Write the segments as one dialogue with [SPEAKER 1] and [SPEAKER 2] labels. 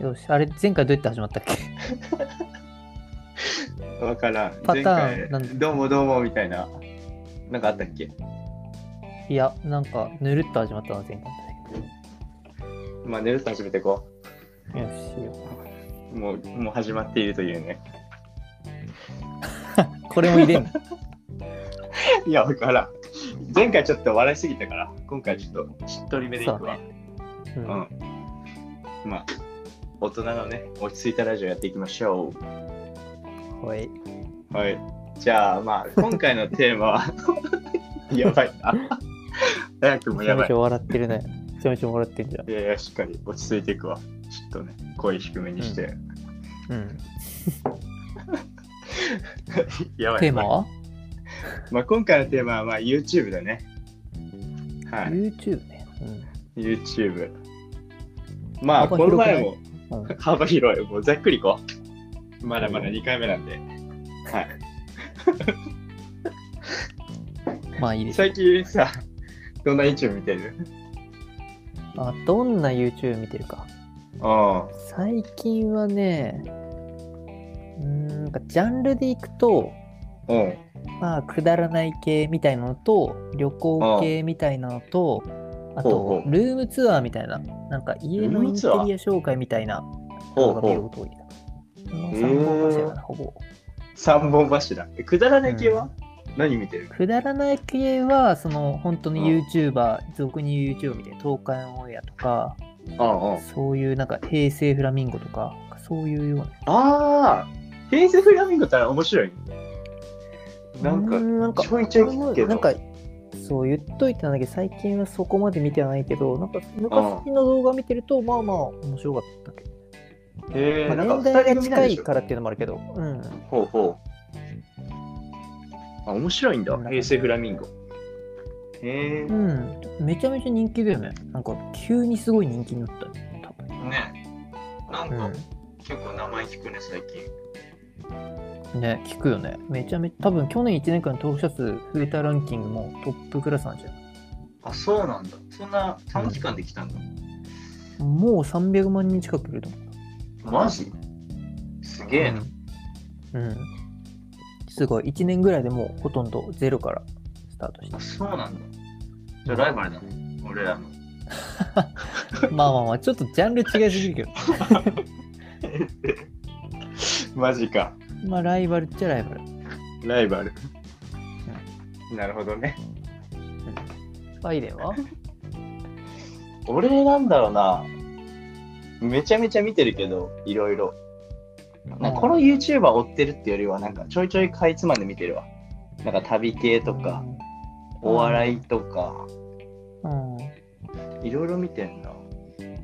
[SPEAKER 1] よし、あれ、前回どうやって始まったっけ
[SPEAKER 2] わからん。
[SPEAKER 1] パターン
[SPEAKER 2] 前回
[SPEAKER 1] なん
[SPEAKER 2] どうもどうもみたいな。なんかあったっけ
[SPEAKER 1] いや、なんか、ぬるっと始まったの、前回だ
[SPEAKER 2] まあ、寝ると始めていこ
[SPEAKER 1] けど。よししよ
[SPEAKER 2] う。もう、もう始まっているというね。
[SPEAKER 1] う。これも入れんの
[SPEAKER 2] いや、わからん。前回ちょっと笑いすぎたから、今回ちょっとしっとりめでいくわ。
[SPEAKER 1] う。
[SPEAKER 2] うんん。まあ、大人のね、落ち着いたラジオやっていきましょ
[SPEAKER 1] ほい。
[SPEAKER 2] う。はい。じゃあ、まあ、今回のテーマは、 やばいな。 早くも
[SPEAKER 1] めち
[SPEAKER 2] や
[SPEAKER 1] ゃめ
[SPEAKER 2] ばい
[SPEAKER 1] ちゃ。笑ってるね。めちゃめちゃ笑ってんじゃん。
[SPEAKER 2] いやいや、しっかり落ち着いていくわ。ちょっとね、声低めにして。
[SPEAKER 1] うん。
[SPEAKER 2] やばい。
[SPEAKER 1] テーマは
[SPEAKER 2] まあ、今回のテーマはまあ YouTube だね。はい、
[SPEAKER 1] ?YouTube ね。
[SPEAKER 2] YouTube。まあ、
[SPEAKER 1] 幅
[SPEAKER 2] この
[SPEAKER 1] 広くない
[SPEAKER 2] 前も
[SPEAKER 1] うん。うん、
[SPEAKER 2] 幅広い。もうざっくりいこう。まだまだ2回目なんで。はい、
[SPEAKER 1] まあいいです。
[SPEAKER 2] 最近さ、どんな YouTube 見てる
[SPEAKER 1] あ、どんな YouTube 見てるか。
[SPEAKER 2] あ
[SPEAKER 1] 最近はね、うーん、なんかジャンルでいくと、
[SPEAKER 2] あ、うん。
[SPEAKER 1] まあ、くだらない系みたいなのと、旅行系みたいなのと、あ
[SPEAKER 2] ほう
[SPEAKER 1] と
[SPEAKER 2] ほ、う
[SPEAKER 1] ルームツアーみたいな、なんか家の
[SPEAKER 2] ル
[SPEAKER 1] イン
[SPEAKER 2] ーム
[SPEAKER 1] テ
[SPEAKER 2] ツアー
[SPEAKER 1] リア紹介みたいな
[SPEAKER 2] ほ
[SPEAKER 1] の
[SPEAKER 2] う
[SPEAKER 1] が見る
[SPEAKER 2] ほ
[SPEAKER 1] こと多いな。この3本柱かな、ほぼ。
[SPEAKER 2] う。3本柱。えくだらない系は、何見てる
[SPEAKER 1] くだらない系は、その、本当に
[SPEAKER 2] うん
[SPEAKER 1] YouTuber、俗に YouTuber みたいな、東海オンエアとか、
[SPEAKER 2] あ
[SPEAKER 1] そういうなんか、平成フラミンゴとか、そういうような。
[SPEAKER 2] あ、ああ、平成フラミンゴってあれ面白いね。なん
[SPEAKER 1] うーんなん
[SPEAKER 2] か、
[SPEAKER 1] か
[SPEAKER 2] ちょいちょ
[SPEAKER 1] 俺
[SPEAKER 2] い聞
[SPEAKER 1] も
[SPEAKER 2] くけど。
[SPEAKER 1] なんかそう言っといたんだけど最近はそこまで見てはないけどなんか昔の動画見てるとまあまあ面白かったけど、
[SPEAKER 2] へえ、
[SPEAKER 1] ま
[SPEAKER 2] な
[SPEAKER 1] あ
[SPEAKER 2] ん
[SPEAKER 1] 年代
[SPEAKER 2] か二
[SPEAKER 1] が
[SPEAKER 2] 人組なん
[SPEAKER 1] 近
[SPEAKER 2] でし
[SPEAKER 1] い
[SPEAKER 2] ょ
[SPEAKER 1] からっていうのもあるけどうん
[SPEAKER 2] ほうほう。あ、面白いんだ
[SPEAKER 1] こんな。感じ
[SPEAKER 2] 平成フラミンゴ。
[SPEAKER 1] う
[SPEAKER 2] へえ。
[SPEAKER 1] んめちゃめちゃ人気だよねなんか急にすごい人気になったね多
[SPEAKER 2] ね。なん
[SPEAKER 1] 分、
[SPEAKER 2] 結構名前聞くね、最近。
[SPEAKER 1] うん、ね聞くよねめちゃめちゃ多分去年1年間の登録者数増えたランキングもトップクラスなんじゃない
[SPEAKER 2] あ、そうなんだ。そんな短期間できたんだ。
[SPEAKER 1] もう300万人近くいると思う
[SPEAKER 2] マジすげえな。
[SPEAKER 1] うん、うん、すごい1年ぐらいでもうほとんどゼロからスタートした
[SPEAKER 2] あ、そうなんだ。じゃあライバルだね。俺らの。
[SPEAKER 1] まあまあまあ、ちょっとジャンル違いすぎるけど。
[SPEAKER 2] マジか。
[SPEAKER 1] まあ、ライバルっちゃライバル。
[SPEAKER 2] ライバル。なるほどね。
[SPEAKER 1] バイデンは
[SPEAKER 2] 俺なんだろうな。めちゃめちゃ見てるけど、いろいろ。なんかこの YouTuber 追ってるってよりは、なんかちょいちょいかいつまんで見てるわ。なんか旅系とか、。お笑いとか、
[SPEAKER 1] うん。
[SPEAKER 2] いろいろ見てんな。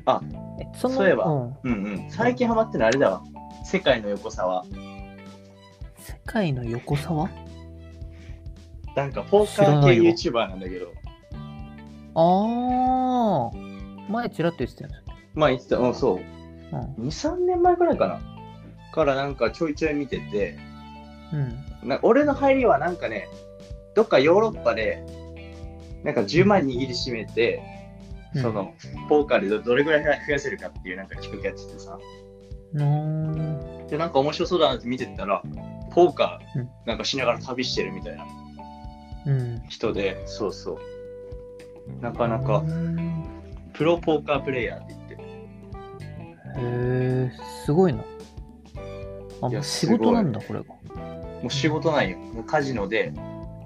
[SPEAKER 2] あ、
[SPEAKER 1] えその
[SPEAKER 2] そういえば
[SPEAKER 1] うん、
[SPEAKER 2] うんうん。最近ハマってるのあれだわ。世界の横沢。
[SPEAKER 1] 世界の横沢
[SPEAKER 2] なんかポーカ
[SPEAKER 1] 知ら
[SPEAKER 2] ー
[SPEAKER 1] ないよ
[SPEAKER 2] 系 YouTuber なんだけど。
[SPEAKER 1] ああ。前ちらっと言ってたよね。
[SPEAKER 2] まあ言ってた、うん、そう。
[SPEAKER 1] うん
[SPEAKER 2] 2、3年前くらいかな。からなんかちょいちょい見てて、
[SPEAKER 1] うん。
[SPEAKER 2] な俺の入りはなんかね、どっかヨーロッパで、なんか10万握りしめて、
[SPEAKER 1] うん
[SPEAKER 2] そ。の、ポーカーでどどれぐらい増やせるかっていうなんか企画やっててさ。
[SPEAKER 1] の
[SPEAKER 2] でなんか面白そうだなって見てたらポーカ
[SPEAKER 1] う
[SPEAKER 2] ー
[SPEAKER 1] ん
[SPEAKER 2] なんかしながら旅してるみたいな
[SPEAKER 1] うん。
[SPEAKER 2] 人で、そうそうなかなか
[SPEAKER 1] うん
[SPEAKER 2] プロポーカープレイヤーって言って
[SPEAKER 1] へえ、すごいな。あ、
[SPEAKER 2] い
[SPEAKER 1] もう
[SPEAKER 2] や
[SPEAKER 1] 仕
[SPEAKER 2] すごい
[SPEAKER 1] 事なんだ、これが。
[SPEAKER 2] もう仕事ないよもうカジノで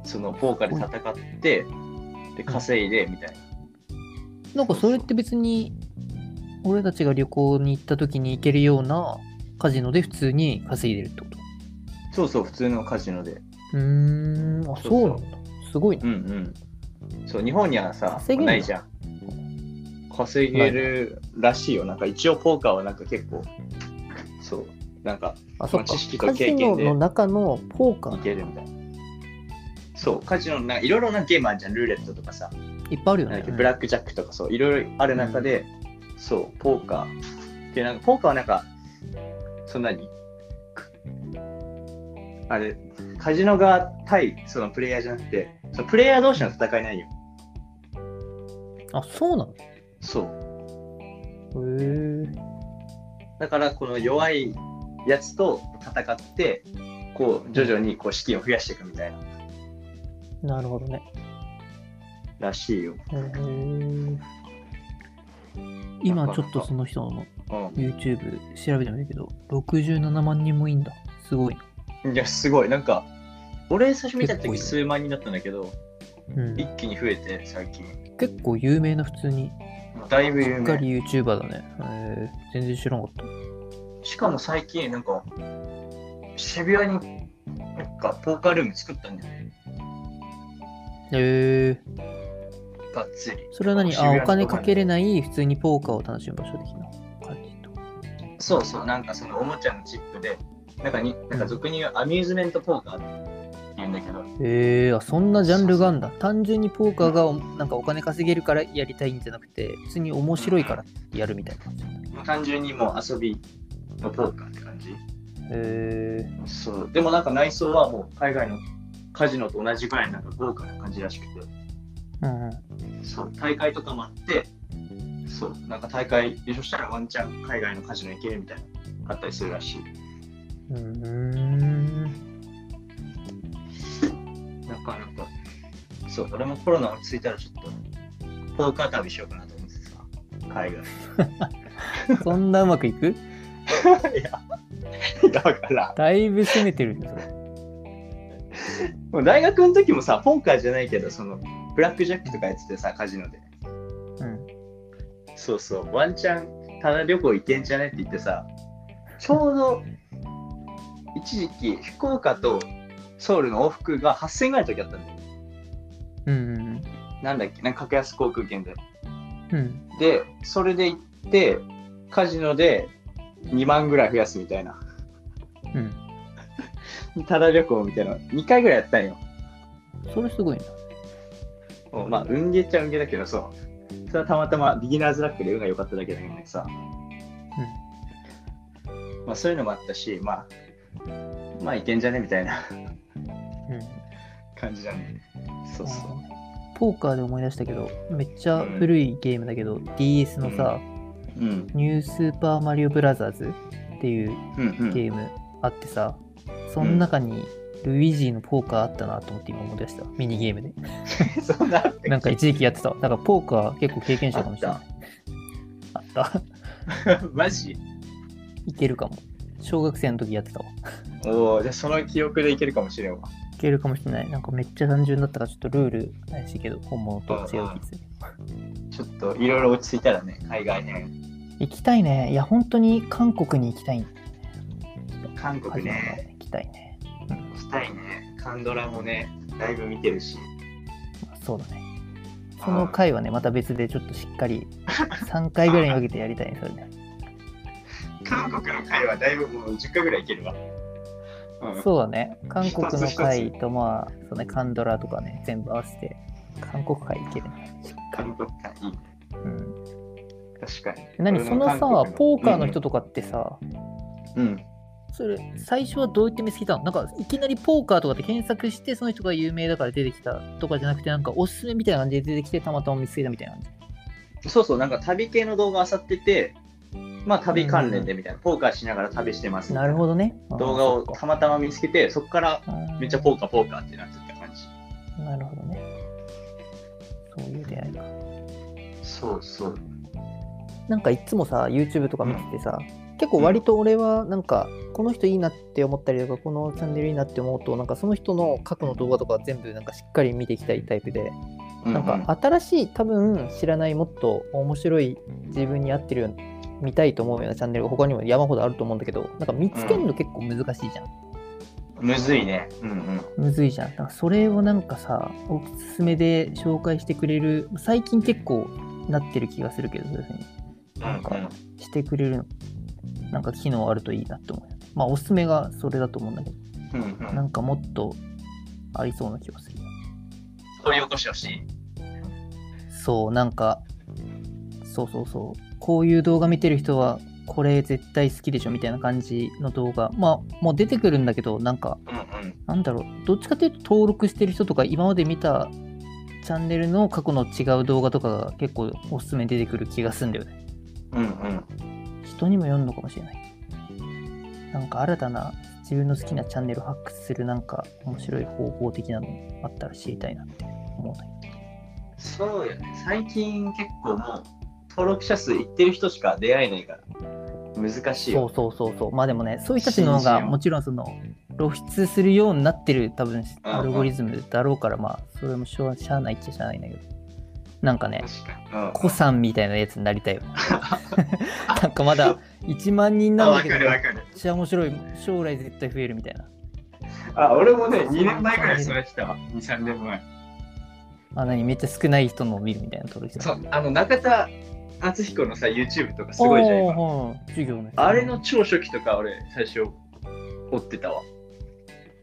[SPEAKER 2] そのポーカーで戦ってで稼いでみたいな
[SPEAKER 1] なんかそれって別に、俺たちが旅行に行った時に行けるようなカジノで普通に稼いでるってこと
[SPEAKER 2] そうそう普通のカジノで
[SPEAKER 1] うーん、あ、
[SPEAKER 2] そう
[SPEAKER 1] そうな
[SPEAKER 2] そうん
[SPEAKER 1] だ。すごいな。
[SPEAKER 2] うんうんそう日本にはさ
[SPEAKER 1] 稼げるの
[SPEAKER 2] ないじゃん稼げるらしいよなんか一応ポーカーはなんか結構そうなんか
[SPEAKER 1] あ、そっか
[SPEAKER 2] 知識。と
[SPEAKER 1] カ
[SPEAKER 2] 経
[SPEAKER 1] ジ
[SPEAKER 2] 験で
[SPEAKER 1] ノの中のポーカ
[SPEAKER 2] い
[SPEAKER 1] ー、
[SPEAKER 2] けるみたいな。そう、カジノなんかいろいろなゲームあるじゃん、ルーレットとかさ、
[SPEAKER 1] いっぱいあるよ
[SPEAKER 2] なん
[SPEAKER 1] ね
[SPEAKER 2] だっけ。ブラックジャックとかそう、いろいろある中で、そう、ポーカー。で、なんかポーカーはなんか、そんなに、くあれ、カジノ側対そのプレイヤーじゃなくて、そのプレイヤー同士の戦いないよ。
[SPEAKER 1] あ、そうなのへ
[SPEAKER 2] そう。
[SPEAKER 1] え。
[SPEAKER 2] だからこの弱いやつと戦ってこう徐々にこう資金を増やしていくみたいな
[SPEAKER 1] なるほどね。
[SPEAKER 2] らしいよ。
[SPEAKER 1] へー今ちょっとその人の
[SPEAKER 2] う
[SPEAKER 1] YouTube 調べてみるけど、67万人もいいんだ。すごい。
[SPEAKER 2] ん、いやすごいなんか俺最初見た
[SPEAKER 1] 結構
[SPEAKER 2] 時
[SPEAKER 1] いる
[SPEAKER 2] 数万人だったんだけど
[SPEAKER 1] うん、
[SPEAKER 2] 一気に増えて最近
[SPEAKER 1] 結構有名な普通に。
[SPEAKER 2] だいぶ
[SPEAKER 1] し
[SPEAKER 2] 有
[SPEAKER 1] っか
[SPEAKER 2] 名
[SPEAKER 1] り YouTuber だね。へー全然知らなかった。
[SPEAKER 2] しかも最近なんか渋谷になんかポーカールーム作ったんだよね
[SPEAKER 1] へえ。
[SPEAKER 2] がっつり
[SPEAKER 1] それは何
[SPEAKER 2] 渋
[SPEAKER 1] あ、
[SPEAKER 2] 谷
[SPEAKER 1] お
[SPEAKER 2] の
[SPEAKER 1] 金
[SPEAKER 2] とこ
[SPEAKER 1] か
[SPEAKER 2] に
[SPEAKER 1] けれない、普通にポーカーを楽しむ場所的な感じと。
[SPEAKER 2] そうそう、なんかそのおもちゃのチップで、なんかに、なんか俗に言うアミューズメントポーカーって言うんだけど、
[SPEAKER 1] へえ、あ、そんなジャンルがあんだ。単純にポーカーがおなんかお金稼げるからやりたいんじゃなくて、普通に面白いからやるみたいな感じなんだ。
[SPEAKER 2] 単純にもう遊びのポーカーって感じ。
[SPEAKER 1] へ
[SPEAKER 2] そう、でもなんか内装はもう海外のカジノと同じぐらいなんか豪華な感じらしく
[SPEAKER 1] え。うんうん。
[SPEAKER 2] て、そう、大会とかもあって、そう、なんか大会優勝したらワンチャン海外のカジノ行けるみたいな、あったりするらしい。
[SPEAKER 1] うーん。
[SPEAKER 2] なかなか、そう、俺もコロナ落ち着いたらちょっと、ポーカー旅しようかなと思ってさ、海外。
[SPEAKER 1] そんなうまくいく
[SPEAKER 2] だから、
[SPEAKER 1] だいぶ攻めてるんだ、それ。
[SPEAKER 2] もう大学の時もさ、ポーカーじゃないけど、そのブラックジャックとかやっててさ、カジノで。
[SPEAKER 1] うん。
[SPEAKER 2] そうそう、ワンチャン、ただ旅行行けんじゃねって言ってさ、ちょうど一時期、福岡とソウルの往復が8000円ぐらいの時あったんだよ。
[SPEAKER 1] うんうん
[SPEAKER 2] なんだっけ、なんか格安航空券で。
[SPEAKER 1] うん。うん。
[SPEAKER 2] で、それで行って、カジノで2万ぐらい増やすみたいな、
[SPEAKER 1] うん。
[SPEAKER 2] ただ旅行みたいな、2回ぐらいやったんよ。
[SPEAKER 1] それすごいな。
[SPEAKER 2] もうまあ、運ゲーっちゃ運ゲーだけど、そう。それはたまたまビギナーズラックで運が良かっただけだけどさ。まあ、そういうのもあったし、まあ、まあいけんじゃねみたいな
[SPEAKER 1] うん。うん。
[SPEAKER 2] 感じだね。そうそ
[SPEAKER 1] ポーカーで思い出したけど、めっちゃ古いゲームだけど、DS のさ、
[SPEAKER 2] う。うん。
[SPEAKER 1] ニュースーパーマリオブラザーズっていう
[SPEAKER 2] うんうん。
[SPEAKER 1] ゲームあってさ、その中にルイージーのポーカーあったなと思って今思い出した。ミニゲームで。
[SPEAKER 2] そんなあったっけ
[SPEAKER 1] なんか一時期やってた。だからポーカー結構経験者かもしれない。あった
[SPEAKER 2] マジ
[SPEAKER 1] いけるかも。小学生の時やってたわ。
[SPEAKER 2] おお、じゃあその記憶でいけるかもしれんわ。
[SPEAKER 1] いけるかもしれない。なんかめっちゃ単純だったからちょっとルール怪しいけど、本物と違う気がする。
[SPEAKER 2] ちょっといろいろ落ち着いたらね、海外編。
[SPEAKER 1] 行きたいね。いや、本当に韓国に行きたいんだよ
[SPEAKER 2] 韓国ね、
[SPEAKER 1] 行きたいね。
[SPEAKER 2] したいね。カンドラもね、だいぶ見てるし。
[SPEAKER 1] まあそうだね。その回はね、また別でちょっとしっか り3回ぐらいに分けてやりたいね、それね。
[SPEAKER 2] 韓国の回はだいぶもう10回ぐらいいけるわ。うん、
[SPEAKER 1] そうだね。韓国
[SPEAKER 2] 一つ
[SPEAKER 1] の
[SPEAKER 2] 一つ
[SPEAKER 1] 回と、まあ、そうね、カンドラとかね、全部合わせて、韓国回いけるね。
[SPEAKER 2] 韓国回いいね。
[SPEAKER 1] うん。
[SPEAKER 2] 確かに。
[SPEAKER 1] で何
[SPEAKER 2] 俺
[SPEAKER 1] そ
[SPEAKER 2] も
[SPEAKER 1] の
[SPEAKER 2] 韓
[SPEAKER 1] さ
[SPEAKER 2] 国、
[SPEAKER 1] ポーカーの人とかってさ、
[SPEAKER 2] うんうん。
[SPEAKER 1] それ、最初はどうやって見つけたのなんか、いきなりポーカーとかって検索して、その人が有名だから出てきたとかじゃなくて、なんか、おすすめみたいな感じで出てきて、たまたま見つけたみたいな感じ。
[SPEAKER 2] そうそう、なんか旅系の動画あさってて、まあ旅関連でみたいな、ポーカーしながら旅してますみた
[SPEAKER 1] ないるほどね。
[SPEAKER 2] 動画をたまたま見つけて、そこから
[SPEAKER 1] ま
[SPEAKER 2] めっちゃポーカーポーカーってなってった感じ。
[SPEAKER 1] なるほどね。そういう出会いか。
[SPEAKER 2] そうそう。
[SPEAKER 1] なんかいつもさ YouTube とか見ててさ、結構割と俺はなんかこの人いいなって思ったりとかこのチャンネルいいなって思うとなんかその人の過去の動画とか全部なんかしっかり見ていきたいタイプで、なんか新しい多分知らないもっと面白い自分に合ってるような見たいと思うようなチャンネルが他にも山ほどあると思うんだけどなんか見つけるの結構難しいじゃん、
[SPEAKER 2] うんむずいね。うんうん。
[SPEAKER 1] むずいじゃん。だからそれをなんかさ、おすすめで紹介してくれる、最近結構なってる気がするけど、そういうふうなんか
[SPEAKER 2] うんうん
[SPEAKER 1] にしてくれる、なんか機能あるといいなって思うよね。まあ、おすすめがそれだと思うんだけど、
[SPEAKER 2] うんう。
[SPEAKER 1] なんんかもっとありそうな気がする。
[SPEAKER 2] 掘り起こしてほしい。
[SPEAKER 1] そう、なんか、そうそうそう、こういう動画見てる人は、これ絶対好きでしょみたいな感じの動画、まあ、もう出てくるんだけど、なんか、
[SPEAKER 2] うんうん。
[SPEAKER 1] なんだろう、どっちかというと登録してる人とか、今まで見たチャンネルの過去の違う動画とかが結構おすすめに出てくる気がするんだよね。
[SPEAKER 2] うんうん。
[SPEAKER 1] 一人にもよるのかもしれない。なんか新たな自分の好きなチャンネルを発掘するなんか面白い方法的なのあったら知りたいなって思うね。
[SPEAKER 2] そうよね。最近結構もう登録者数いってる人しか出会えないから難しい
[SPEAKER 1] そ
[SPEAKER 2] よ。
[SPEAKER 1] うそうそうそう。まあでもね、そういう人たちの方がもちろんその露出するようになってる多分
[SPEAKER 2] うん
[SPEAKER 1] アルゴリズムだろうからまあそれもしょうしゃあないっちゃしゃあないんだけど。なんかね、
[SPEAKER 2] 確かに。うん
[SPEAKER 1] 子さんみたいなやつになり たいよね。なんかまだ1万人なんだけど、めっ
[SPEAKER 2] かる。
[SPEAKER 1] ちゃ面白い、将来絶対増えるみたいな。
[SPEAKER 2] あ、俺もね、2年前くらいそれしたわ。2、3年前。
[SPEAKER 1] あ、何めっちゃ少ない人のを見るみたいな登録者
[SPEAKER 2] そう、あの、中田敦彦のさ、YouTube とかすごいじゃん、
[SPEAKER 1] おー
[SPEAKER 2] 今。
[SPEAKER 1] はい授業ね。
[SPEAKER 2] あれの超初期とか俺、最初、追ってたわ。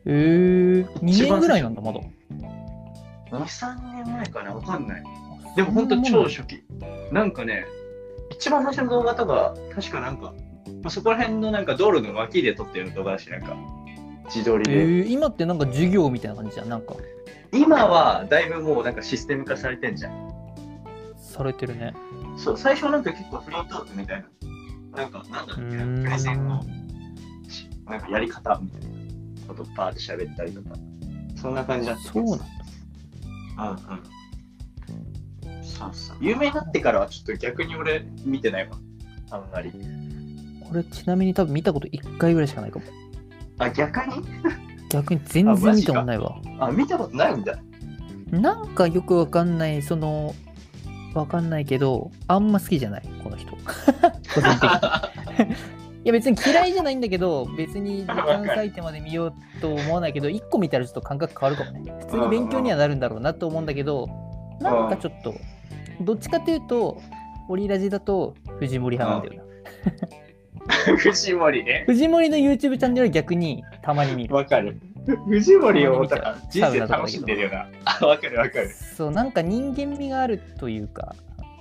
[SPEAKER 1] えー、2年ぐらいなんだ、まだ。
[SPEAKER 2] 2、3年前かな、わかんない。でもほんと超初期。なんかね、一番最初の動画とか、確かなんか、まあ、そこら辺のなんか道路の脇で撮ってる動画だし、なんか、自撮り
[SPEAKER 1] え
[SPEAKER 2] で。
[SPEAKER 1] ー、今ってなんか授業みたいな感じじゃん。なんか、
[SPEAKER 2] 今はだいぶもうなんかシステム化されてんじゃん。
[SPEAKER 1] されてるね。
[SPEAKER 2] そう、最初なんか結構フリートークみたいな。なんか、なんだっけ
[SPEAKER 1] う
[SPEAKER 2] な、
[SPEAKER 1] ーん
[SPEAKER 2] プレゼンの、しなんかやり方みたいなことバーって喋ったりとか。そんな感じだった。
[SPEAKER 1] そうなんだ。
[SPEAKER 2] うんうん。そうそう。有名になってからはちょっと逆に俺見てないわ。あんまり。
[SPEAKER 1] これちなみに多分見たこと1回ぐらいしかないかも。
[SPEAKER 2] あ、逆に
[SPEAKER 1] 逆に全然見たことないわ。
[SPEAKER 2] あ、見たことないんだ。
[SPEAKER 1] なんかよくわかんない、その、わかんないけど、あんま好きじゃない、この人。 個人的に。いや別に嫌いじゃないんだけど、別に時間割いてまで見ようと思わないけど、1個見たらちょっと感覚変わるかもね。普通に勉強にはなるんだろうなと思うんだけど、なんかちょっと、どっちかというと、オリラジだと藤森派なんだよな。
[SPEAKER 2] 藤森ね。
[SPEAKER 1] 藤森の YouTube チャンネルは逆にたまに見る。
[SPEAKER 2] わかる。藤森をだから
[SPEAKER 1] 見ち
[SPEAKER 2] 人
[SPEAKER 1] ゃう
[SPEAKER 2] 生楽しんでるよな。あ、わかるわかる。
[SPEAKER 1] そう、なんか人間味があるというか、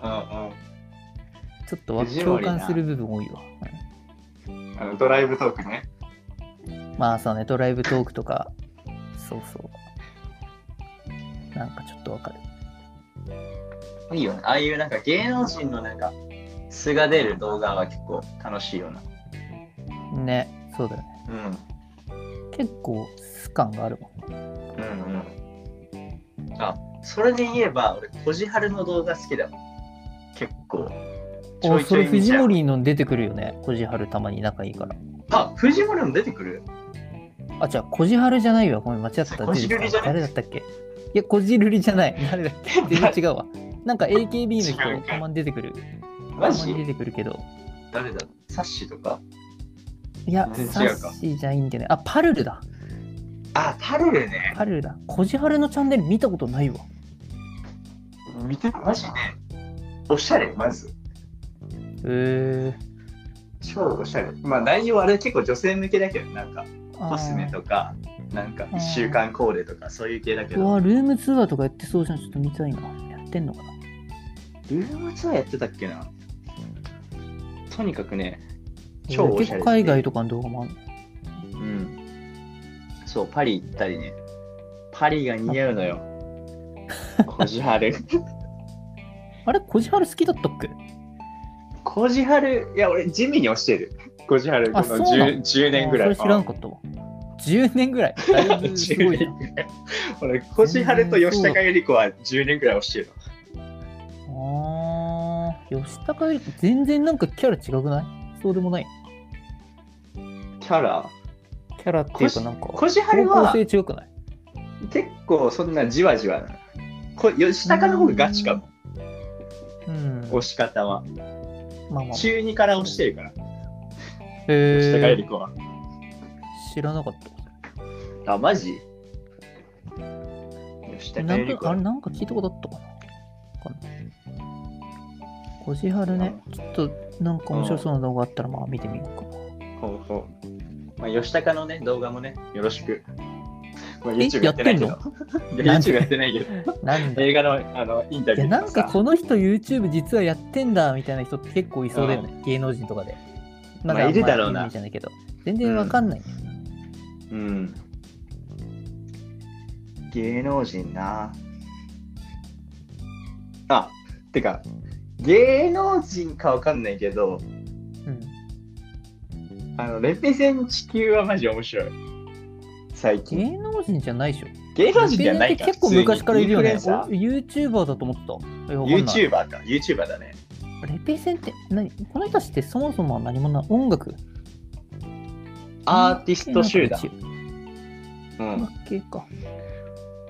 [SPEAKER 2] うんうん。
[SPEAKER 1] ちょっとわ
[SPEAKER 2] 藤
[SPEAKER 1] 共
[SPEAKER 2] 森な
[SPEAKER 1] 感する部分多いわ。うん
[SPEAKER 2] あのドライブトークね。
[SPEAKER 1] まあそうね、ドライブトークとか、そうそう。なんかちょっとわかる。
[SPEAKER 2] いいよね。ああいうなんか芸能人のなんか素が出る動画は結構楽しいよな。
[SPEAKER 1] ね、そうだよね。
[SPEAKER 2] うん。
[SPEAKER 1] 結構、素感があるもん。
[SPEAKER 2] うんうん。あ、それで言えば俺、こじはるの動画好きだもん。結構。ちょ
[SPEAKER 1] お
[SPEAKER 2] い
[SPEAKER 1] そ
[SPEAKER 2] ちょ
[SPEAKER 1] れ
[SPEAKER 2] い見
[SPEAKER 1] 藤
[SPEAKER 2] ちゃう。
[SPEAKER 1] 森の出てくるよね。こじはるたまに仲いいから。
[SPEAKER 2] あ、藤森も出てくる
[SPEAKER 1] あ、じゃあ、こじはるじゃないわ。ごめん、間違った。
[SPEAKER 2] こじるりじゃない
[SPEAKER 1] 誰だったっけいや、こじるりじゃ ない。誰だっけ全然違うわ。なんか AKB の
[SPEAKER 2] 違う
[SPEAKER 1] 人、
[SPEAKER 2] んかい
[SPEAKER 1] たまに出てくる。
[SPEAKER 2] マ
[SPEAKER 1] たまに
[SPEAKER 2] ジ
[SPEAKER 1] 出てくるけど。
[SPEAKER 2] 誰だサッシーとか
[SPEAKER 1] いや、
[SPEAKER 2] 全
[SPEAKER 1] サ
[SPEAKER 2] 然違うか
[SPEAKER 1] ッシーじゃいいんだよね。あ、パルルだ。
[SPEAKER 2] あ、タルルね。
[SPEAKER 1] パルルだ。こじはるのチャンネル見たことないわ。
[SPEAKER 2] 見てマジで。おしゃれ、まず。
[SPEAKER 1] へえ
[SPEAKER 2] 超おしゃれ。まあ内容はあれ結構女性向けだけど、なんか。
[SPEAKER 1] ー。
[SPEAKER 2] コスメとか、なんか1週間コーデとかそういう系だけ
[SPEAKER 1] う
[SPEAKER 2] ど、
[SPEAKER 1] わ、ルームツアーとかやってそうじゃん。ちょっと見たいな。やってんのかな
[SPEAKER 2] ルームツアーやってたっけなとにかくね、超
[SPEAKER 1] えー
[SPEAKER 2] おし
[SPEAKER 1] 結
[SPEAKER 2] ゃれ
[SPEAKER 1] 構海外とかの動画もある
[SPEAKER 2] うん。そう、パリ行ったりね。パリが似合うのよ。 コジハル。
[SPEAKER 1] あれ、こじはる好きだったっけ
[SPEAKER 2] コジハル、いや、俺、地味に推してる。コジハル、こ
[SPEAKER 1] あ
[SPEAKER 2] の
[SPEAKER 1] そうなの
[SPEAKER 2] 10, 10年ぐら
[SPEAKER 1] あ
[SPEAKER 2] い。
[SPEAKER 1] ーそれ知らんかったわ。10年 ぐらい。だいぶすごいな。
[SPEAKER 2] 10年ぐらい俺、コジハルと吉高由里子は10年ぐらい推してる。
[SPEAKER 1] あー、吉高由里子、全然なんかキャラ違くないそうでもない。
[SPEAKER 2] キャラ
[SPEAKER 1] キャラっていうかなんか、
[SPEAKER 2] コ
[SPEAKER 1] 方
[SPEAKER 2] ジハルは
[SPEAKER 1] 向性違くない
[SPEAKER 2] 結構そんなじわじわなこ吉高の方がガチかも
[SPEAKER 1] うん。
[SPEAKER 2] 押し方は
[SPEAKER 1] まあまあ。
[SPEAKER 2] 中2から押してるから
[SPEAKER 1] え
[SPEAKER 2] 吉高由
[SPEAKER 1] ー、
[SPEAKER 2] 里子は
[SPEAKER 1] 知らなかった。
[SPEAKER 2] あマジ吉高
[SPEAKER 1] な
[SPEAKER 2] 由
[SPEAKER 1] ん
[SPEAKER 2] 里子
[SPEAKER 1] かあれ、なんか聞いたことあったかなわかんない。こじはるね、ちょっとなんか面白そうな動画あったら、まあ見てみようかな。
[SPEAKER 2] ほうほうまあ、吉高のね動画もねよろしく、まあ、
[SPEAKER 1] え
[SPEAKER 2] YouTube やってないけど
[SPEAKER 1] や
[SPEAKER 2] いや YouTube やってないけど
[SPEAKER 1] なんだ
[SPEAKER 2] 映画のあのインタ
[SPEAKER 1] い
[SPEAKER 2] ビュ
[SPEAKER 1] や
[SPEAKER 2] ーと
[SPEAKER 1] なんか
[SPEAKER 2] さ
[SPEAKER 1] この人 YouTube 実はやってんだみたいな人って結構いそうだよね、芸能人とかで。ま
[SPEAKER 2] まあいるだろう
[SPEAKER 1] あ
[SPEAKER 2] なん
[SPEAKER 1] まり有名じゃないけど全然わかんない、
[SPEAKER 2] うん芸能人なあてか芸能人かわかんないけど
[SPEAKER 1] うん
[SPEAKER 2] あのレペゼン地球はマジ面白い最近
[SPEAKER 1] 芸能人じゃないでしょ
[SPEAKER 2] 芸能人じゃないから
[SPEAKER 1] 結構昔からいるよ
[SPEAKER 2] 普
[SPEAKER 1] ね
[SPEAKER 2] 通にインフルエンサー
[SPEAKER 1] YouTuber だと思ったえわかんない
[SPEAKER 2] YouTuber か YouTuber だね
[SPEAKER 1] レペゼンって何この人たちってそもそもは何者なの音楽
[SPEAKER 2] アーティスト集団
[SPEAKER 1] 音、
[SPEAKER 2] うん、
[SPEAKER 1] 楽系か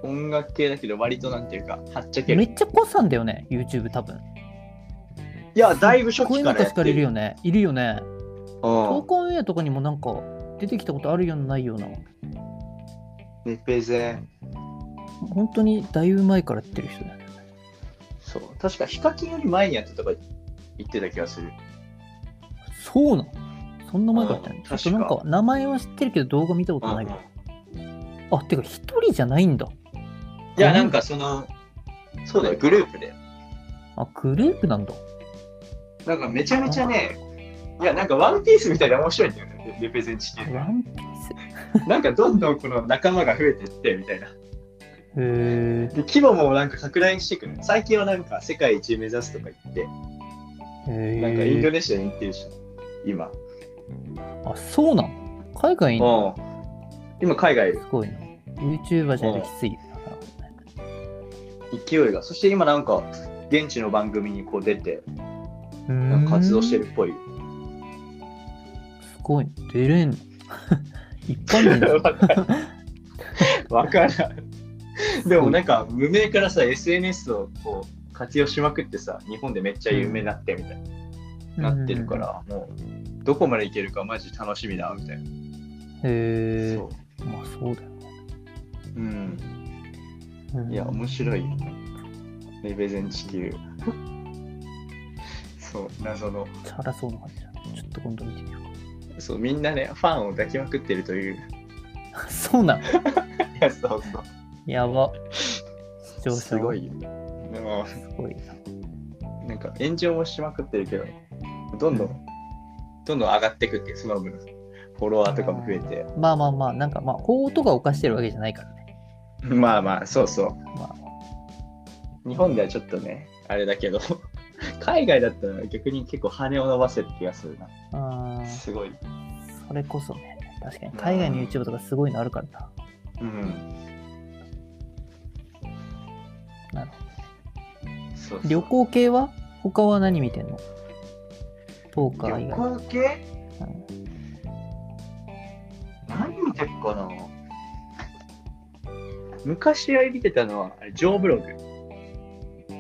[SPEAKER 2] 音楽系だけど割となんていうかはっちゃけ
[SPEAKER 1] め
[SPEAKER 2] る
[SPEAKER 1] っちゃ濃さんだよね YouTube 多分
[SPEAKER 2] いやだいぶ初
[SPEAKER 1] こうい
[SPEAKER 2] 期
[SPEAKER 1] う
[SPEAKER 2] か
[SPEAKER 1] の
[SPEAKER 2] ら
[SPEAKER 1] 確
[SPEAKER 2] やって
[SPEAKER 1] かいる
[SPEAKER 2] る
[SPEAKER 1] よねいるよね
[SPEAKER 2] うん
[SPEAKER 1] 投稿オンエアとかにもなんか出てきたことあるようなないような
[SPEAKER 2] レペゼン
[SPEAKER 1] 本当にだいぶ前からやってる人だよね
[SPEAKER 2] そう確かヒカキンより前にやってたとか言ってた気がする
[SPEAKER 1] そうなのそんな前からやってない
[SPEAKER 2] うん
[SPEAKER 1] ちょっとなん
[SPEAKER 2] 確
[SPEAKER 1] か名前は知ってるけど動画見たことない
[SPEAKER 2] うん
[SPEAKER 1] あてか一人じゃないんだ
[SPEAKER 2] いやなんかそのそうだよグループで
[SPEAKER 1] あグループなんだ
[SPEAKER 2] なんかめちゃめちゃねいやなんかワンピースみたいで面白いんだよねレペゼン地球
[SPEAKER 1] ワンピース
[SPEAKER 2] なんかどんどんこの仲間が増えてってみたいな
[SPEAKER 1] へ
[SPEAKER 2] で規模もなんか拡大していくの最近はなんか世界一目指すとか言って
[SPEAKER 1] えへ
[SPEAKER 2] なんかインド
[SPEAKER 1] え
[SPEAKER 2] ネシアに行ってるし今
[SPEAKER 1] あそうなの海外に
[SPEAKER 2] うん今海外
[SPEAKER 1] すごいな YouTuber じゃないときつい
[SPEAKER 2] 勢いがそして今なんか現地の番組にこう出て
[SPEAKER 1] な
[SPEAKER 2] なんか活動してる
[SPEAKER 1] う
[SPEAKER 2] っぽい
[SPEAKER 1] ーんすごい出れんの 一般人だ
[SPEAKER 2] わからん。でもなんか無名からさ SNS をこう活用しまくってさ日本でめっちゃ有名になってみたい な、なってるからもうどこまでいけるかマジ楽しみだみたいな、
[SPEAKER 1] うんへえ
[SPEAKER 2] そ
[SPEAKER 1] まあそうだよね
[SPEAKER 2] う、うん、
[SPEAKER 1] うん
[SPEAKER 2] いや面白いよレベゼン地球 そう謎の
[SPEAKER 1] チャラそうな感じだねちょっと今度見てみよう
[SPEAKER 2] そうみんなねファンを抱きまくってるという
[SPEAKER 1] かそう なの
[SPEAKER 2] いやそうそう
[SPEAKER 1] やば視聴者
[SPEAKER 2] すご
[SPEAKER 1] はい
[SPEAKER 2] よでも
[SPEAKER 1] すごいな
[SPEAKER 2] なんか炎上もしまくってるけど、どんどん、どんどん上がってくっていう、その分、フォロワーとかも増えて。
[SPEAKER 1] まあまあまあなんかまあ法とか犯してるわけじゃないからね
[SPEAKER 2] まあまあ、そうそ
[SPEAKER 1] ま
[SPEAKER 2] う。日本ではちょっとね、あれだけど、海外だったら逆に結構羽を伸ばせる気がするな。
[SPEAKER 1] ああー
[SPEAKER 2] すごい。
[SPEAKER 1] それこそね確かに海外の YouTube とかすごいのあるからな
[SPEAKER 2] うん。
[SPEAKER 1] なるほど
[SPEAKER 2] そう
[SPEAKER 1] 旅行系は他は何見てんのポーカー以
[SPEAKER 2] 旅
[SPEAKER 1] 外
[SPEAKER 2] 行系何見てるかな昔は見てたのは、あれ、ジョーブログ。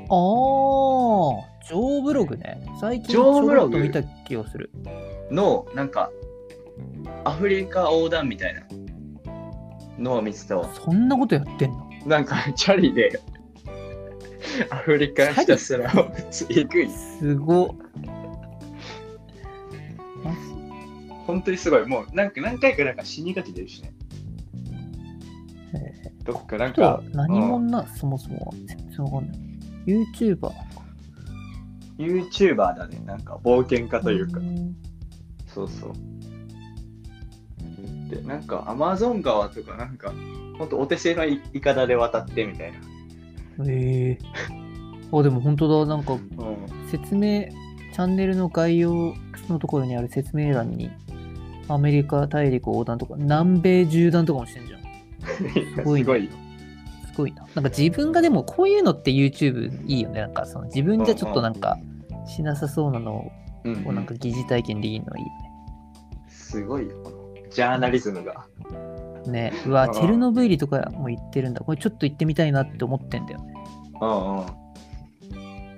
[SPEAKER 1] ああジョーブログね最近
[SPEAKER 2] ジョーブログ
[SPEAKER 1] ちょろっと見た気がする
[SPEAKER 2] のなんかアフリカ横断みたいなのを見てたわ
[SPEAKER 1] そんなことやってんの
[SPEAKER 2] なんかチャリで アフリカひたすらを 行く
[SPEAKER 1] すごっマジ
[SPEAKER 2] 本当にすごいもうなんか何回かなんか死にかけてるしね
[SPEAKER 1] え
[SPEAKER 2] どっかなん
[SPEAKER 1] ー、
[SPEAKER 2] か
[SPEAKER 1] と何者な、そもそもは全然わかんない YouTuber
[SPEAKER 2] うん YouTuber だねなんか冒険家というか
[SPEAKER 1] ん
[SPEAKER 2] そうそうでなんかアマゾン川とかなんかほんとお手製のいいかだで渡ってみたいな、
[SPEAKER 1] ええあでも本当だなんか
[SPEAKER 2] うん、
[SPEAKER 1] 説明チャンネルの概要のところにある説明欄にアメリカ大陸横断とか南米縦断とかもしてんじゃん
[SPEAKER 2] す
[SPEAKER 1] ごいねす
[SPEAKER 2] よ
[SPEAKER 1] ごいななんか自分がでもこういうのって YouTube いいよねなんかその自分じゃちょっとなんかしなさそうなの
[SPEAKER 2] うんうん
[SPEAKER 1] をなんか疑似体験できるのいいよ
[SPEAKER 2] すごいよこのジャーナリズムが
[SPEAKER 1] ねねう
[SPEAKER 2] う
[SPEAKER 1] わ
[SPEAKER 2] ん
[SPEAKER 1] チェルノブイリとかも行ってるんだこれちょっと行ってみたいなって思ってんだよね
[SPEAKER 2] うんうん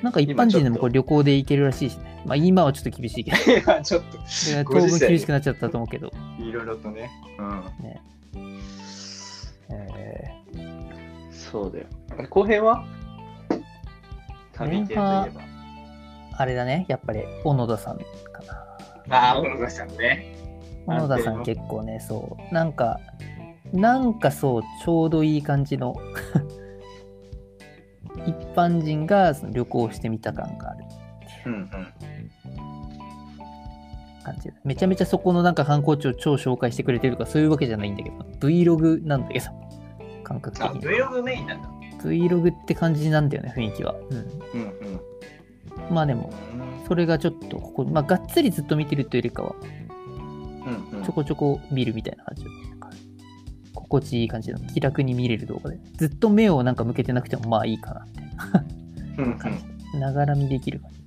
[SPEAKER 1] なんか一般人でもこれ旅行で行けるらしいしねまあ今はちょっと厳しいけど
[SPEAKER 2] いや ちょっと
[SPEAKER 1] いや当
[SPEAKER 2] ご
[SPEAKER 1] 分
[SPEAKER 2] 時世
[SPEAKER 1] 厳しくなっちゃったと思うけど
[SPEAKER 2] いろいろとね、う
[SPEAKER 1] ねえー
[SPEAKER 2] ん、そうだよあれ後編は旅系といえば
[SPEAKER 1] 後あれだね、やっぱり小野田さんかな。
[SPEAKER 2] ああ小野田さんね
[SPEAKER 1] 小野田さん
[SPEAKER 2] 安定
[SPEAKER 1] 結構ね、そう、なんか、なんかそう、ちょうどいい感じの、一般人がその旅行してみた感がある
[SPEAKER 2] うんうん
[SPEAKER 1] 感じ。めちゃめちゃそこのなんか観光地を超紹介してくれてるとか、そういうわけじゃないんだけど、Vlog なんだけど、感覚
[SPEAKER 2] あ
[SPEAKER 1] 的に。
[SPEAKER 2] Vlog メインなんだ
[SPEAKER 1] Vlog って感じなんだよね、雰囲気は。う
[SPEAKER 2] うんうん
[SPEAKER 1] ん。まあでも、それがちょっとここ、まあ、がっつりずっと見てるというよりかは、
[SPEAKER 2] うんうん
[SPEAKER 1] ちょこちょこ見るみたいな感じで、なんか心地いい感じの気楽に見れる動画で、ずっと目をなんか向けてなくてもまあいいかなみたいな
[SPEAKER 2] うんうん
[SPEAKER 1] 感じ。ながら見できる感じ。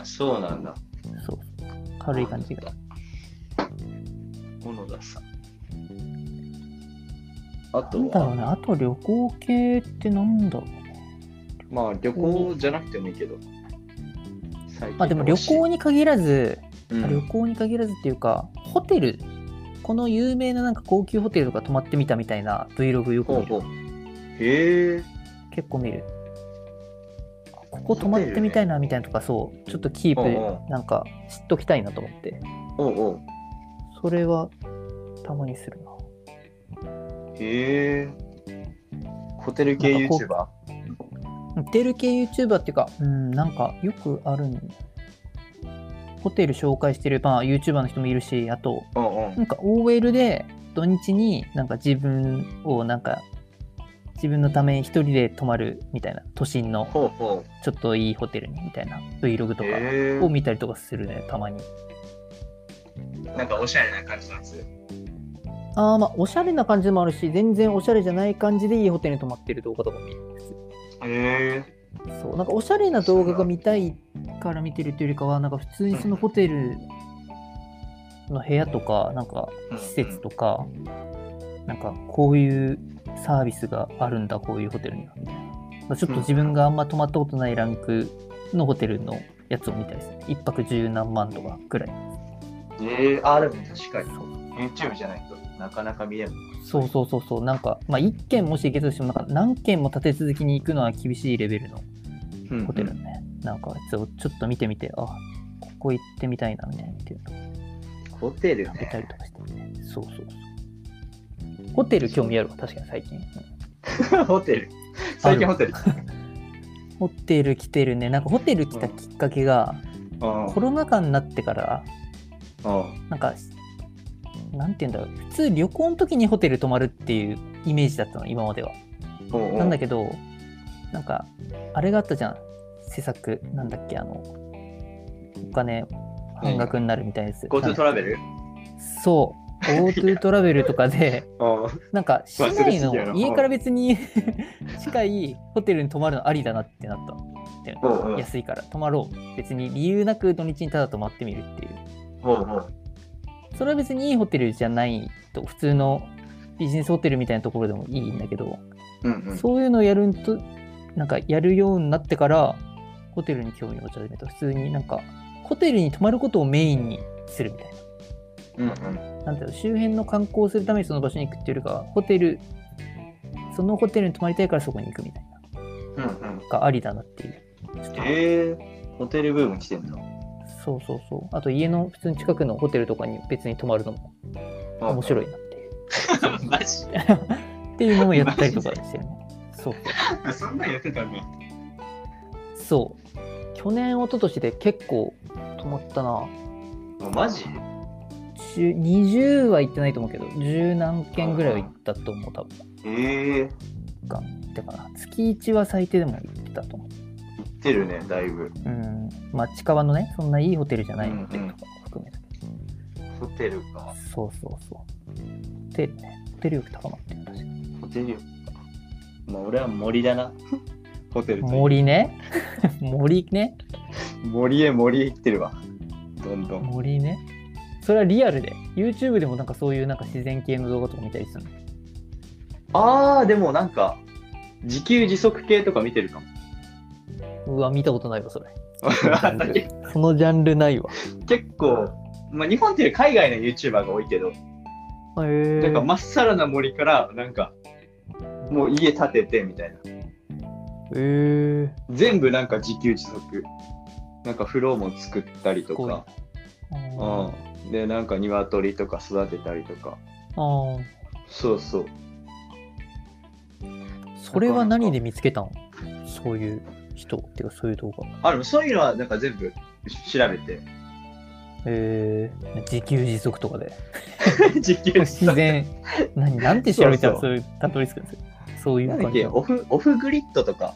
[SPEAKER 2] あそうなんだ。
[SPEAKER 1] そう。軽い感じが。
[SPEAKER 2] 小野田さん。
[SPEAKER 1] な
[SPEAKER 2] あと
[SPEAKER 1] んだろ
[SPEAKER 2] は、
[SPEAKER 1] うね、あと旅行系ってなんだろう。
[SPEAKER 2] まあ旅行じゃなくてもいいけど。最近
[SPEAKER 1] まあでも旅行
[SPEAKER 2] に、
[SPEAKER 1] に限らず、
[SPEAKER 2] うん
[SPEAKER 1] 旅行に限らずっていうか、ホテル、この有名ななんか高級ホテルとか泊まってみたみたいな Vlog よく
[SPEAKER 2] ほう
[SPEAKER 1] 見
[SPEAKER 2] ほ
[SPEAKER 1] る
[SPEAKER 2] う。へえ。
[SPEAKER 1] 結構見る。ここ泊まってみたいなみたいなとか、そう、ちょっとキ
[SPEAKER 2] うん
[SPEAKER 1] ープ、なんか知っときたいなと思って、
[SPEAKER 2] おうおう。
[SPEAKER 1] それはたまにするな。
[SPEAKER 2] へえ。ホテル系
[SPEAKER 1] なんかこう
[SPEAKER 2] YouTuber?
[SPEAKER 1] ホテル系 YouTuber っていうか、うん、なんかよくあるんホテル紹介してる、まあ、YouTuber の人もいるし、あと、
[SPEAKER 2] うんうん
[SPEAKER 1] なんか OL で土日になんか自分をなんか自分のため一人で泊まるみたいな都心の
[SPEAKER 2] ほうほう。
[SPEAKER 1] ちょっといいホテルにみたいな Vlog とか
[SPEAKER 2] へ
[SPEAKER 1] を
[SPEAKER 2] え。
[SPEAKER 1] 見たりとかするねたまに
[SPEAKER 2] なんかおしゃれな感じのやつ。
[SPEAKER 1] ああまあおしゃれな感じもあるし全然おしゃれじゃない感じでいいホテルに泊まってる動画とかも見る
[SPEAKER 2] へ
[SPEAKER 1] そうなんかおしゃれな動画が見たいから見てるというよりかはなんか普通にそのホテルの部屋とかなんか施設とかなんかこういうサービスがあるんだこういうホテルにはみたいなまあちょっと自分があんま泊まったことないランクのホテルのやつを見たりでする1泊十何万とかぐらい
[SPEAKER 2] え。へえ。あ、でも確かに。
[SPEAKER 1] そう
[SPEAKER 2] YouTube じゃないとなかなか見れない。
[SPEAKER 1] そうそうそうそうなんかまあ1軒もし行けたとしてもなんか何軒も立て続きに行くのは厳しいレベルの
[SPEAKER 2] うん
[SPEAKER 1] ホテルのね、なんかちょちょっと見てみて、あここ行ってみたいなみたいなっていうのを
[SPEAKER 2] ホテル
[SPEAKER 1] 食べ
[SPEAKER 2] ね。
[SPEAKER 1] たりとかしてね、そうそうそう。ホテル興味あるわ、確かに最近。うん
[SPEAKER 2] ホテル。最近ホテル。
[SPEAKER 1] ホテル来てるね、なんかホテル来たきっかけが、
[SPEAKER 2] うん
[SPEAKER 1] コロナ禍になってから、
[SPEAKER 2] うん
[SPEAKER 1] なんか、なんて言うんだろう、普通旅行の時にホテル泊まるっていうイメージだったの、今までは。
[SPEAKER 2] うん
[SPEAKER 1] なんだけ
[SPEAKER 2] け
[SPEAKER 1] ど、なんか、あれがあったじゃん、施策、なんだっけ、あの、お金半額になるみたいなやつ。
[SPEAKER 2] GoTo トラベル
[SPEAKER 1] そう、GoTo トラベルとか で、
[SPEAKER 2] う
[SPEAKER 1] なんか市内
[SPEAKER 2] 忘れすぎやろ
[SPEAKER 1] の家から別に 近いホテルに泊まるのありだなってなったって
[SPEAKER 2] んうん。
[SPEAKER 1] 安いから泊まろう。別に理由なく土日にただ泊まってみるっていう。
[SPEAKER 2] ほうほう。
[SPEAKER 1] それは別にいいホテルじゃないと、普通のビジネスホテルみたいなところでもいいんだけど、
[SPEAKER 2] うんうん。
[SPEAKER 1] そういうのをやるんと、なんかやるようになってから、ホテルに興味を持ち始めた。普通になんか、ホテルに泊まることをメインにするみたいな。
[SPEAKER 2] うんうん。
[SPEAKER 1] なんていうの周辺の観光をするためにその場所に行くっていうよりかはホテルそのホテルに泊まりたいからそこに行くみたいな
[SPEAKER 2] うんうん。
[SPEAKER 1] がありだなっていうちょっと
[SPEAKER 2] えー、ホテルブーム来てんだ。
[SPEAKER 1] そうそうそうあと家の普通に近くのホテルとかに別に泊まるのも面白
[SPEAKER 2] い。
[SPEAKER 1] いなっていう
[SPEAKER 2] マジ
[SPEAKER 1] っていうのもやったりとかしてるねそう
[SPEAKER 2] そんなんやってたんだ。
[SPEAKER 1] そうそう去年一昨年で結構泊まったな
[SPEAKER 2] マジ
[SPEAKER 1] 10 20は行ってないと思うけど十何件ぐらいは行ったと思う多分
[SPEAKER 2] ええー、行
[SPEAKER 1] がだから月1は最低でも行ってたと思う
[SPEAKER 2] ってるね、だいぶ。
[SPEAKER 1] うん、まあ近場のね、そんないいホテルじゃないホテルとかも含めて、
[SPEAKER 2] ホテルか。
[SPEAKER 1] そうそうそう。ホテルね、ホテル力高まってる確かに。
[SPEAKER 2] ホテル。まあ、俺は森だな。 ホテルという。
[SPEAKER 1] 森ね、 森ね、
[SPEAKER 2] 森へ森へ行ってるわ。どんどん。
[SPEAKER 1] 森ね。それはリアルで、YouTube でもなんかそういうなんか自然系の動画とか見たりするの。
[SPEAKER 2] あー、でもなんか、自給自足系とか見てるかも。
[SPEAKER 1] うわ、見たことないわ、それ。
[SPEAKER 2] あだけ
[SPEAKER 1] そのジャンルないわ。
[SPEAKER 2] 結構、まあ、日本っていうより海外の YouTuber が多いけど、
[SPEAKER 1] へ
[SPEAKER 2] な
[SPEAKER 1] え
[SPEAKER 2] んかまっさらな森から、なんか、もう家建ててみたいな。
[SPEAKER 1] へえ
[SPEAKER 2] 全部なんか自給自足。なんか風呂も作ったりと
[SPEAKER 1] すごい
[SPEAKER 2] か
[SPEAKER 1] な、あ
[SPEAKER 2] うん、で、なんか鶏とか育てたりとか、
[SPEAKER 1] あー、
[SPEAKER 2] そうそう。
[SPEAKER 1] それは何で見つけたのそういう人っていうか、そういう動画。
[SPEAKER 2] あ、でもそういうのはなんか全部調べて、
[SPEAKER 1] へ え自給自足とかで。
[SPEAKER 2] 自給自
[SPEAKER 1] 自
[SPEAKER 2] 足。
[SPEAKER 1] 然何なんて調べたら
[SPEAKER 2] そ
[SPEAKER 1] そういうたどり着くんですかそういう
[SPEAKER 2] なんだ
[SPEAKER 1] 感
[SPEAKER 2] っ
[SPEAKER 1] じ
[SPEAKER 2] け
[SPEAKER 1] なの
[SPEAKER 2] オフオフグリッドとか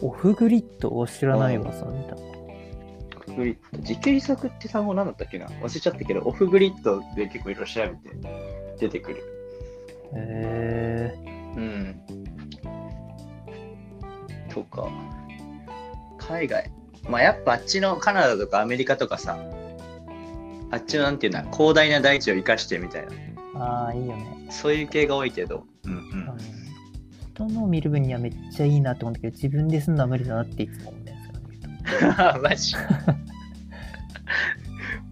[SPEAKER 1] オフグリッドを知らないわそのネタ
[SPEAKER 2] グリッド。自給自足って単語なんだったっけな忘れちゃったけど、オフグリッドで結構いろいろ調べて出てくる。
[SPEAKER 1] へえ
[SPEAKER 2] うん。とか、海外。まあやっぱあっちのカナダとかアメリカとかさ、あっちのなんていうんだ、広大な大地を生かしてみたいな、
[SPEAKER 1] ああいいよね、
[SPEAKER 2] そういう系が多いけど、うんうん
[SPEAKER 1] うん、人のを見る分にはめっちゃいいなって思うんだけど自分ですんのは無理だなっていつも思うんだよね
[SPEAKER 2] マジ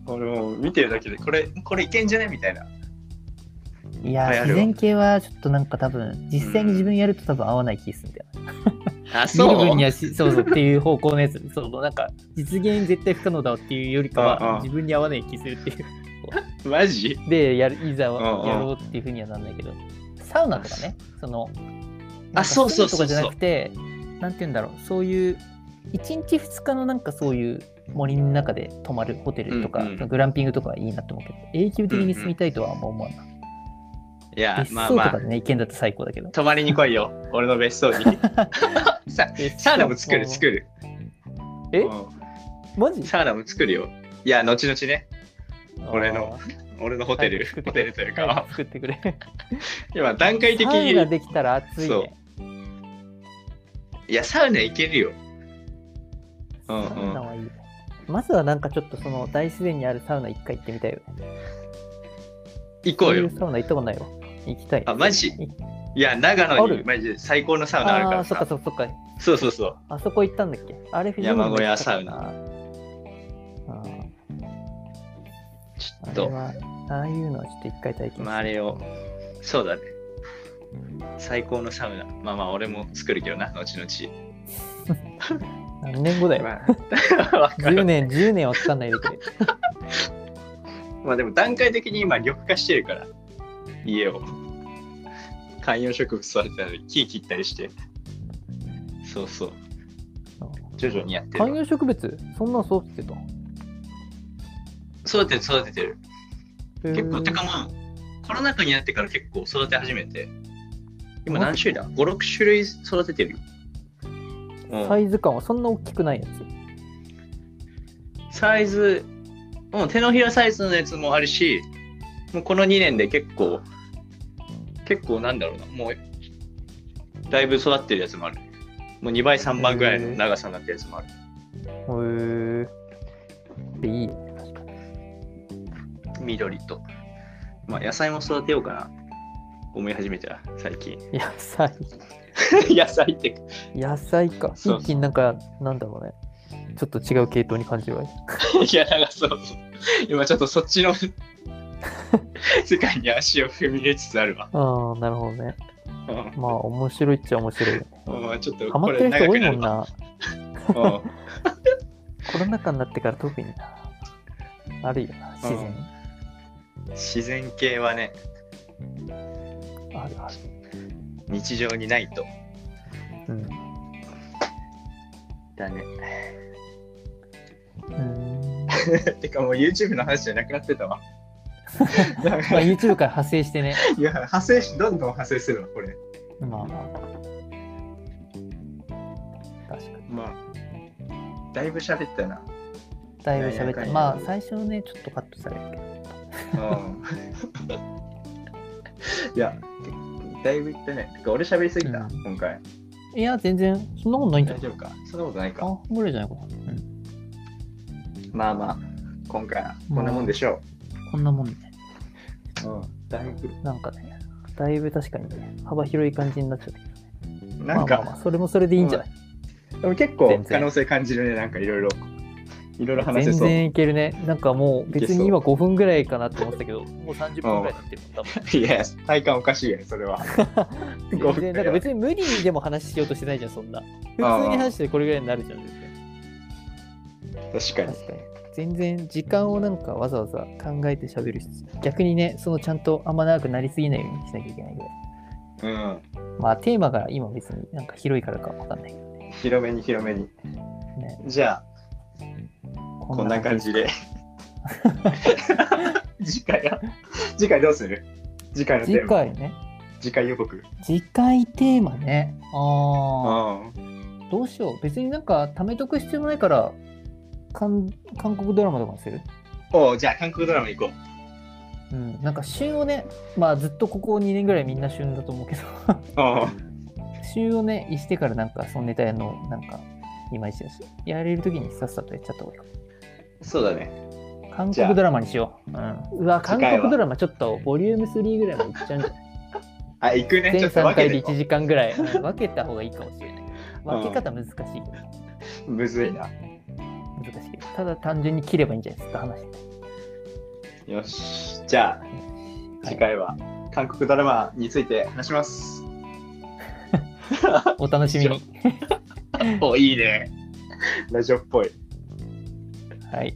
[SPEAKER 2] 俺もう見てるだけでこれこれいけんじゃねみたいない
[SPEAKER 1] や
[SPEAKER 2] 流
[SPEAKER 1] ー自
[SPEAKER 2] 行るわ
[SPEAKER 1] 然系はちょっとなんか多分実際に自分やると多分合わない気がするんだよね
[SPEAKER 2] あ
[SPEAKER 1] 見る分にはし そうそうっていう方向のやつそうなんか実現絶対不可能だっていうよりか
[SPEAKER 2] うんう
[SPEAKER 1] は
[SPEAKER 2] ん
[SPEAKER 1] 自分に合わない気するっていう
[SPEAKER 2] マジ
[SPEAKER 1] でやるいざ
[SPEAKER 2] うんうん
[SPEAKER 1] やろうっていうふうにはなんないけどサウナとかねそのなんか
[SPEAKER 2] そうそうそうそう
[SPEAKER 1] スパとかじゃなくてなんて言うんだろうそういう1日2日のなんかそういう森の中で泊まるホテルとか、
[SPEAKER 2] うんうん
[SPEAKER 1] グランピングとかはいいなと思うけど永久的に住みたいとはあんま思わない、
[SPEAKER 2] いや
[SPEAKER 1] 別
[SPEAKER 2] まあ
[SPEAKER 1] 荘と
[SPEAKER 2] ま
[SPEAKER 1] か
[SPEAKER 2] あ
[SPEAKER 1] でね、意見だと最高だけど
[SPEAKER 2] 泊まりに来いよ俺の別荘に さサウナも作る作
[SPEAKER 1] る
[SPEAKER 2] る
[SPEAKER 1] え
[SPEAKER 2] う
[SPEAKER 1] マジ
[SPEAKER 2] んサウナも作るよいや後々ね俺の俺のホテル、
[SPEAKER 1] はい作って
[SPEAKER 2] ホテルというか、
[SPEAKER 1] はい作ってくれ
[SPEAKER 2] 今段階的
[SPEAKER 1] サウナ
[SPEAKER 2] に
[SPEAKER 1] できたら暑いね。
[SPEAKER 2] いやサウナ行けるようんうん
[SPEAKER 1] サウナはいいね。まずはなんかちょっとその大自然にあるサウナ一回行ってみたいよね。
[SPEAKER 2] 行こうよ
[SPEAKER 1] いサウナ行ったことないよ。行きたい。
[SPEAKER 2] あマジ
[SPEAKER 1] い
[SPEAKER 2] いや長野
[SPEAKER 1] あ
[SPEAKER 2] に
[SPEAKER 1] る
[SPEAKER 2] マジで最高のサウナあるか
[SPEAKER 1] ああ、
[SPEAKER 2] ら
[SPEAKER 1] そっか
[SPEAKER 2] さ
[SPEAKER 1] そっかそっか。
[SPEAKER 2] そうそうそう
[SPEAKER 1] あそこ行ったんだっけあれ、
[SPEAKER 2] 山小屋サウナ
[SPEAKER 1] ナ。あー
[SPEAKER 2] ちょっ
[SPEAKER 1] あれ
[SPEAKER 2] と
[SPEAKER 1] は、ああいうのはちょっと一回体験して
[SPEAKER 2] まああれをそうだね最高のサウナまあまあ俺も作るけどな後々
[SPEAKER 1] 何年後だよ。
[SPEAKER 2] まあ わかる
[SPEAKER 1] 10年、10年はかかんないだけで。
[SPEAKER 2] まあでも段階的に今緑化してるから家を観葉植物育てたり木切ったりしてそうそう 徐々にやって
[SPEAKER 1] 観
[SPEAKER 2] る
[SPEAKER 1] 葉植物そんなの育ててた
[SPEAKER 2] 育ててる育ててる結構てか
[SPEAKER 1] も
[SPEAKER 2] まあコロナ禍になってから結構育て始めて今
[SPEAKER 1] マ
[SPEAKER 2] 何種類だ56種類育ててるよ、うん
[SPEAKER 1] サイズ感はそんな大きくないやつ。
[SPEAKER 2] サイズ、もうん手のひらサイズのやつもあるし、もうこの2年で結構、結構なんだろうな、もう、だいぶ育ってるやつもある。もう2倍、3倍ぐらいの長さになったやつもあ
[SPEAKER 1] へ
[SPEAKER 2] る。
[SPEAKER 1] え。でいい。
[SPEAKER 2] 緑と。まあ、野菜も育てようかな。思い始めた、最 近。
[SPEAKER 1] 野菜
[SPEAKER 2] 野菜って、
[SPEAKER 1] 野菜か
[SPEAKER 2] そうそう
[SPEAKER 1] 一気になんかなんだろうねちょっと違う系統に感じるわ
[SPEAKER 2] いや、なんかそうそう。今ちょっとそっちの 世界に足を踏み入れつつあるわ。
[SPEAKER 1] ああなるほどね
[SPEAKER 2] うん
[SPEAKER 1] まあ面白いっちゃ面白い よね
[SPEAKER 2] まあちょっと
[SPEAKER 1] ハマ
[SPEAKER 2] こ
[SPEAKER 1] って
[SPEAKER 2] れ
[SPEAKER 1] る人
[SPEAKER 2] 長
[SPEAKER 1] 多
[SPEAKER 2] く
[SPEAKER 1] い
[SPEAKER 2] な
[SPEAKER 1] も
[SPEAKER 2] る
[SPEAKER 1] ん
[SPEAKER 2] わ。
[SPEAKER 1] な
[SPEAKER 2] うん
[SPEAKER 1] コロナ禍になってから特になあるよな自然、
[SPEAKER 2] 自然系はね
[SPEAKER 1] あるある
[SPEAKER 2] 日常にないと
[SPEAKER 1] うん
[SPEAKER 2] だね
[SPEAKER 1] うーんま
[SPEAKER 2] てかもう YouTube の話じゃなくなってた わなん
[SPEAKER 1] あ
[SPEAKER 2] かい
[SPEAKER 1] YouTube から派生して ね
[SPEAKER 2] や派生しどんどん派生するわこれ
[SPEAKER 1] まあまあ確かに
[SPEAKER 2] まあだいぶ喋ったな
[SPEAKER 1] だいぶ喋っ
[SPEAKER 2] いやい
[SPEAKER 1] て
[SPEAKER 2] や
[SPEAKER 1] まあ最初ねちょっとカットされるけど
[SPEAKER 2] うんいやだいぶいったねてか俺喋りすぎた、
[SPEAKER 1] うん
[SPEAKER 2] 今回
[SPEAKER 1] いや全然そんなことないんじゃ
[SPEAKER 2] 大
[SPEAKER 1] ない
[SPEAKER 2] 丈夫かそんなことないか
[SPEAKER 1] 半分ぐらいじゃないかな、うん、
[SPEAKER 2] まあまあ今回はこんなもんでしょ
[SPEAKER 1] こんなもんね
[SPEAKER 2] う、うん、だいぶ
[SPEAKER 1] なんかね、だいぶ確かにね、幅広い感じになっちゃったけど。
[SPEAKER 2] なんか、
[SPEAKER 1] まあまあまあそれもそれでいいんじゃない、
[SPEAKER 2] でも結
[SPEAKER 1] 全
[SPEAKER 2] 構
[SPEAKER 1] 然
[SPEAKER 2] 可能性感じるねなんかいろいろいろいろ話せ
[SPEAKER 1] 全
[SPEAKER 2] そう
[SPEAKER 1] 然いけるね。なんかもう別に今5分ぐらいかなと思ってたけど、もう30分ぐらい経ってるもん、多分。
[SPEAKER 2] いや、体感おかしいよね、それは。ご
[SPEAKER 1] 全
[SPEAKER 2] め
[SPEAKER 1] 然、
[SPEAKER 2] ん
[SPEAKER 1] なんか別に無理にでも話しようとしてないじゃん、そんな。普通に話してこれぐらいになるじゃん、全然
[SPEAKER 2] 確かに。
[SPEAKER 1] 確かに。全然時間をなんかわざわざ考えて喋る必要逆にね、そのちゃんとあんま長くなりすぎないようにしなきゃいけないぐらい。
[SPEAKER 2] うん。
[SPEAKER 1] まあテーマが今別になんか広いからかわかんないけど
[SPEAKER 2] 広めに広めに。
[SPEAKER 1] ね。
[SPEAKER 2] じゃあ、こんな感じで。次回は、次回どうする次回のテ
[SPEAKER 1] 次
[SPEAKER 2] ーマ。
[SPEAKER 1] 回ね。
[SPEAKER 2] 次回予告。
[SPEAKER 1] 次回テーマね。ああ。
[SPEAKER 2] うん。
[SPEAKER 1] どうしよう別になんか貯めとく必要ないから韓韓国ドラマとかにする
[SPEAKER 2] おうじゃあ韓国ドラマ行こ
[SPEAKER 1] うん、なんか旬をね、まあずっとここ2年ぐらいみんな旬だと思うけど、
[SPEAKER 2] う。おう
[SPEAKER 1] 旬をね、逸してからなんかそのネタやるの、なんか、いまいちだし、やれる時にさっさとやっちゃった方がいいかも
[SPEAKER 2] そうだね。
[SPEAKER 1] 韓
[SPEAKER 2] じゃあ
[SPEAKER 1] 国ドラマにしよう。うん、うわ、韓
[SPEAKER 2] 次回は
[SPEAKER 1] 国ドラマちょっとボリューム3ぐらいまでいっ ちゃうんじゃない
[SPEAKER 2] あ、行くね。ち
[SPEAKER 1] 全
[SPEAKER 2] ょっ
[SPEAKER 1] 3
[SPEAKER 2] と分
[SPEAKER 1] 回
[SPEAKER 2] けて
[SPEAKER 1] で
[SPEAKER 2] いこ
[SPEAKER 1] 1時間ぐらいうん分けた方がいいかもしれない。分け方難しいけど、
[SPEAKER 2] う。むずいな。
[SPEAKER 1] 難しいけど、ただ単純に切ればいいんじゃないですか、話して。
[SPEAKER 2] よし。じゃあ、次回は韓国ドラマについて話します。
[SPEAKER 1] お楽しみに。
[SPEAKER 2] お、いいね。ラジオっぽい。
[SPEAKER 1] はい。